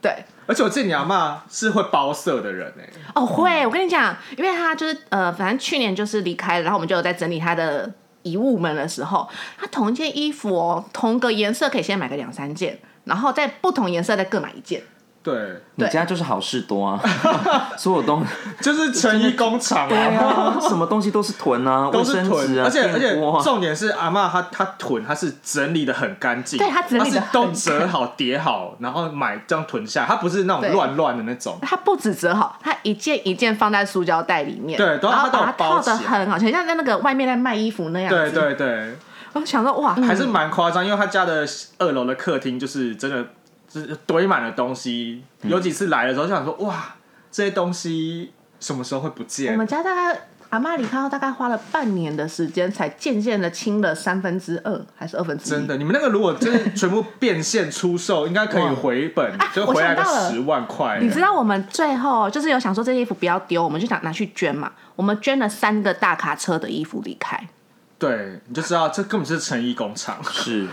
[SPEAKER 4] 对，
[SPEAKER 2] 而且我记得你阿嬷是会包色的人哎，
[SPEAKER 4] 哦，会，我跟你讲，因为他就是呃，反正去年就是离开了，然后我们就有在整理他的遗物们的时候，他同一件衣服哦，同个颜色可以先买个两三件，然后在不同颜色再各买一件。
[SPEAKER 2] 对，
[SPEAKER 3] 你家就是好事多啊， 所有东
[SPEAKER 2] 就是成衣工厂
[SPEAKER 3] 对
[SPEAKER 2] 啊，
[SPEAKER 3] 啊， 什么东西都是囤啊，
[SPEAKER 2] 都
[SPEAKER 3] 卫
[SPEAKER 2] 是
[SPEAKER 3] 生纸
[SPEAKER 2] 囤，
[SPEAKER 3] 啊，
[SPEAKER 2] 而且而且
[SPEAKER 3] 电锅啊，
[SPEAKER 2] 重点是阿嬷她她囤，她是整理的很干净，
[SPEAKER 4] 对她整理得
[SPEAKER 2] 是
[SPEAKER 4] 很
[SPEAKER 2] 都折好叠好，然后买这样囤下来，她不是那种
[SPEAKER 4] 对
[SPEAKER 2] 乱乱的那种，
[SPEAKER 4] 它不止折好，它一件一件放在塑胶袋里面，
[SPEAKER 2] 对都
[SPEAKER 4] 然后
[SPEAKER 2] 它都有
[SPEAKER 4] 把它套
[SPEAKER 2] 包
[SPEAKER 4] 的
[SPEAKER 2] 起来
[SPEAKER 4] 很好，很像在那个外面在卖衣服那样
[SPEAKER 2] 对
[SPEAKER 4] 子。
[SPEAKER 2] 对对，
[SPEAKER 4] 我想说
[SPEAKER 3] 嗯
[SPEAKER 4] 哇，嗯
[SPEAKER 2] 还是蛮夸张，因为他家的二楼的客厅就是真的就是堆满了东西。
[SPEAKER 3] 嗯
[SPEAKER 2] 有几次来的时候，就想说哇，这些东西什么时候会不
[SPEAKER 4] 我
[SPEAKER 2] 见？
[SPEAKER 4] 们家大概阿妈离开后大概花了半年的时间，才渐渐的清了三分之二还是二分之一。
[SPEAKER 2] 真的，你们那个如果真的全部变现出售，应该可以回本，就回来个
[SPEAKER 4] 啊我想到了
[SPEAKER 2] 十万块。
[SPEAKER 4] 你知道我们最后就是有想说这些衣服不要丢，我们就想拿去捐嘛。我们捐了三个大卡车的衣服离开，
[SPEAKER 2] 对，你就知道这根本就是成衣工厂。
[SPEAKER 3] 是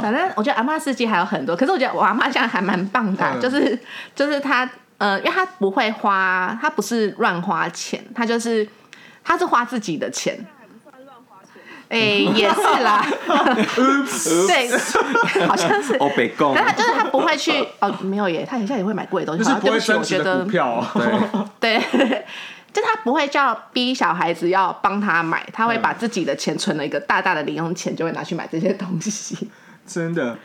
[SPEAKER 4] 反正我觉得阿妈事迹还有很多，可是我觉得我阿妈这样还蛮棒的啊、
[SPEAKER 2] 嗯
[SPEAKER 4] 就是就是她呃，因为她不会花，她不是乱花钱，她就是她是花自己的钱。
[SPEAKER 2] 嗯
[SPEAKER 4] 哎、也是 啦，
[SPEAKER 2] 嗯
[SPEAKER 4] 对， 好像是，
[SPEAKER 3] 哦，北贡
[SPEAKER 4] 但，他就是他不会去哦，没有耶，他很像也会买贵的东西，
[SPEAKER 2] 就是
[SPEAKER 4] 好
[SPEAKER 2] 不
[SPEAKER 4] 对
[SPEAKER 2] 会
[SPEAKER 4] 起，
[SPEAKER 2] 升
[SPEAKER 4] 我
[SPEAKER 2] 值
[SPEAKER 4] 觉
[SPEAKER 2] 的
[SPEAKER 4] 得
[SPEAKER 2] 股票、哦。
[SPEAKER 3] 对，
[SPEAKER 4] 对， 就他不会叫逼小孩子要帮他买，他
[SPEAKER 2] 嗯
[SPEAKER 4] 会把自己的钱存了一个大大的零用钱，就会拿去买这些东西。
[SPEAKER 2] 真的。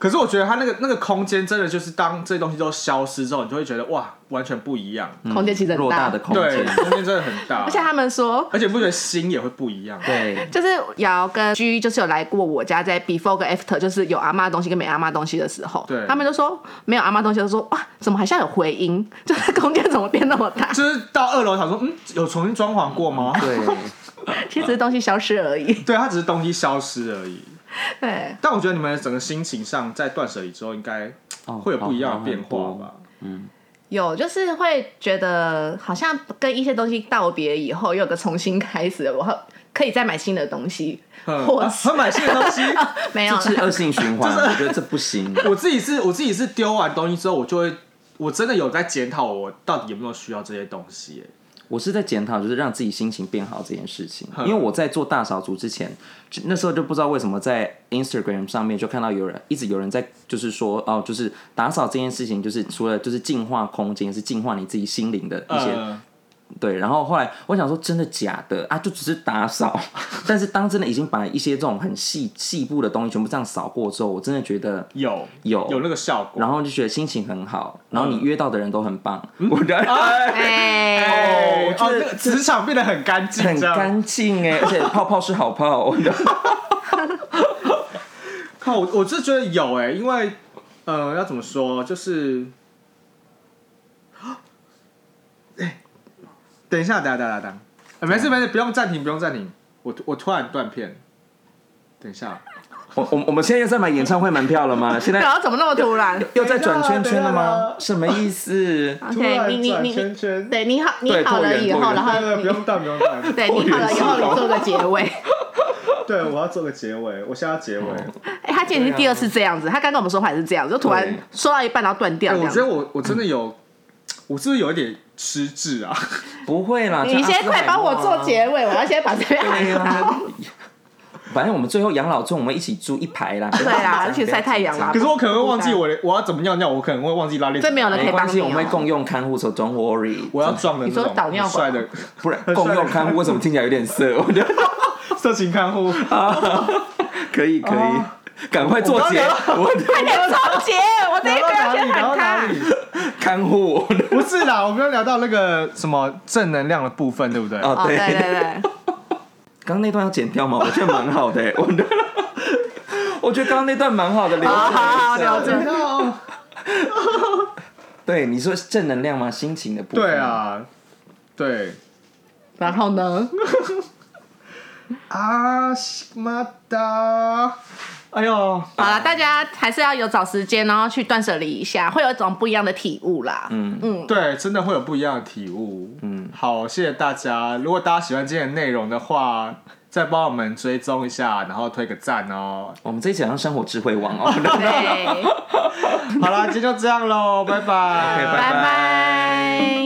[SPEAKER 2] 可是我觉得它那个那个空间真的就是当这些东西都消失之后，你就会觉得哇，完全不一样。
[SPEAKER 4] 空间其实很
[SPEAKER 3] 嗯偌大
[SPEAKER 4] 大
[SPEAKER 3] 的空
[SPEAKER 2] 对，
[SPEAKER 3] 间，
[SPEAKER 2] 空间真的很大，
[SPEAKER 4] 而且他们说，
[SPEAKER 2] 而且不觉得心也会不一样。
[SPEAKER 3] 对，
[SPEAKER 4] 就是瑶跟 G 就是有来过我家，在 before 跟 after，就是有阿妈东西跟没阿妈东西的时候，
[SPEAKER 2] 对
[SPEAKER 4] 他们就说没有阿妈东西，就说哇，怎么还像有回音？ 就是空间怎么变那么大？
[SPEAKER 2] 就是到二楼想说，嗯，有重新装潢过吗？
[SPEAKER 3] 对，
[SPEAKER 4] 其实东西消失而已。
[SPEAKER 2] 对，它只是东西消失而已。
[SPEAKER 4] 对，
[SPEAKER 2] 但我觉得你们整个心情上，在断舍离之后，应该
[SPEAKER 3] 哦
[SPEAKER 2] 会有不一样的变化？
[SPEAKER 3] 好哦好
[SPEAKER 2] 吧？嗯
[SPEAKER 4] 有，就是会觉得好像跟一些东西道别以后，又有个重新开始，我后可以再买新的东西，
[SPEAKER 2] 嗯
[SPEAKER 4] 或
[SPEAKER 2] 啊
[SPEAKER 4] 是、
[SPEAKER 2] 很买新的东西。
[SPEAKER 4] 没有
[SPEAKER 3] 这
[SPEAKER 4] 啦
[SPEAKER 3] 是恶性循环，我觉得这不行。
[SPEAKER 2] 我自己是，我自己是丢完东西之后，我就会，我真的有在检讨我到底有没有需要这些东西、欸
[SPEAKER 3] 我是在检讨，就是让自己心情变好这件事情。
[SPEAKER 2] 哼
[SPEAKER 3] 因为我在做大扫除之前，就那时候就不知道为什么在 Instagram 上面就看到有人一直有人在，就是说哦，就是打扫这件事情，就是除了就是净化空间，是净化你自己心灵的一些、
[SPEAKER 2] 呃
[SPEAKER 3] 对。然后后来我想说，真的假的啊？就只是打扫， 但是当真的已经把一些这种很细细部的东西全部这样扫过之后，我真的觉得
[SPEAKER 2] 有
[SPEAKER 3] 有
[SPEAKER 2] 有那个效果。
[SPEAKER 3] 然后就觉得心情很好，然后你约到的人都很棒，我觉得
[SPEAKER 4] 哎，
[SPEAKER 2] 哦，
[SPEAKER 3] 哦
[SPEAKER 2] 这
[SPEAKER 3] 这
[SPEAKER 2] 个职场变得很干净，
[SPEAKER 3] 很
[SPEAKER 2] 这样。
[SPEAKER 3] 干净哎，而且泡泡是好 泡，我觉得
[SPEAKER 2] 靠，我我是觉得有哎、因为呃，要怎么说，就是， 哎，等一下，等一下，等一下，等一下，呃没事没事，不用暂停，不用暂停，我我突然断片，等一下，
[SPEAKER 3] 我我我们现在又在买演唱会门票了 吗？现
[SPEAKER 4] 然
[SPEAKER 3] 在
[SPEAKER 4] 后怎么那么突 然
[SPEAKER 3] 又在转圈圈了
[SPEAKER 2] 等一下
[SPEAKER 3] 吗
[SPEAKER 2] 啦？
[SPEAKER 3] 什么意 思？
[SPEAKER 2] 突然
[SPEAKER 4] ？OK，你你
[SPEAKER 2] 转
[SPEAKER 4] 你
[SPEAKER 2] 圈
[SPEAKER 4] 你，
[SPEAKER 2] 圈，
[SPEAKER 4] 对你好，你
[SPEAKER 3] 对
[SPEAKER 4] 好了
[SPEAKER 3] 拓远
[SPEAKER 4] 以
[SPEAKER 3] 拓
[SPEAKER 4] 后，
[SPEAKER 3] 远
[SPEAKER 4] 然后
[SPEAKER 2] 对对，不用断，不用断，
[SPEAKER 4] 对你好了以后，你做个结尾。
[SPEAKER 2] 哦 对，我要做个结尾，我现在要结尾。欸
[SPEAKER 4] 哎，他今天已经第二次这样子，他刚跟我们说话也是这样，就突然
[SPEAKER 3] 对
[SPEAKER 4] 说到一半然后断掉
[SPEAKER 2] 哎，
[SPEAKER 4] 这
[SPEAKER 2] 我
[SPEAKER 4] 样
[SPEAKER 2] 觉
[SPEAKER 4] 子。
[SPEAKER 2] 得我我真的有，我是不是有一点失智啊？
[SPEAKER 3] 不会啦，
[SPEAKER 4] 你先快帮我做
[SPEAKER 3] 结。
[SPEAKER 4] 结尾，我要先把这边
[SPEAKER 3] 对啊
[SPEAKER 4] 喊好
[SPEAKER 3] 呀。， 反正我们最后养老村我们一起住一排啦。对
[SPEAKER 4] 对啦而且晒太阳啦啊
[SPEAKER 2] 可是我可能会忘记我的我要怎么尿尿，我可能会忘记拉链。
[SPEAKER 4] 这没有人可
[SPEAKER 3] 没
[SPEAKER 4] 以帮
[SPEAKER 3] 关系，
[SPEAKER 4] 你
[SPEAKER 3] 我们会
[SPEAKER 4] 哦。
[SPEAKER 3] 共用看护，so don't worry。
[SPEAKER 2] 我要撞的那
[SPEAKER 4] 你说
[SPEAKER 2] 种
[SPEAKER 4] 导尿
[SPEAKER 2] 很帅
[SPEAKER 4] 管
[SPEAKER 2] 的
[SPEAKER 3] 不然 共用看护，为什么听起来有点色？ 我觉得
[SPEAKER 2] 色情看护。
[SPEAKER 3] 可以可
[SPEAKER 4] 哦
[SPEAKER 3] 以，赶快做结，我的
[SPEAKER 4] 快点总结，我这一
[SPEAKER 2] 聊
[SPEAKER 4] 边
[SPEAKER 2] 到哪里？
[SPEAKER 4] 要先
[SPEAKER 2] 聊到哪
[SPEAKER 4] 喊他。
[SPEAKER 2] 里？
[SPEAKER 3] 看护。哦
[SPEAKER 2] 不是啦，我们要聊到那个什么正能量的部分，对不对？
[SPEAKER 3] 哦
[SPEAKER 4] 哦，对对对，
[SPEAKER 3] 刚刚那段要剪掉吗？我觉得蛮好的、 欸，我觉得，我觉得刚刚那段蛮好的，留着
[SPEAKER 2] 啊
[SPEAKER 4] 好好好，
[SPEAKER 3] 留着
[SPEAKER 4] 留着。
[SPEAKER 3] 对，你说是正能量吗？心情的部分。
[SPEAKER 2] 对，啊，对
[SPEAKER 4] 然后呢？
[SPEAKER 2] 啊，西妈的，哎呦，
[SPEAKER 4] 好了，大家还是要有找时间，然后去断舍离一下，会有一种不一样的体悟啦。嗯嗯，
[SPEAKER 2] 对，真的会有不一样的体悟。嗯，好，谢谢大家。如果大家喜欢今天的内容的话，再帮我们追踪一下，然后推个赞哦。
[SPEAKER 3] 我们这一集好像生活智慧王哦。
[SPEAKER 4] 对，
[SPEAKER 2] 好啦，今天就这样喽，拜拜，
[SPEAKER 3] OK，拜
[SPEAKER 4] 拜拜。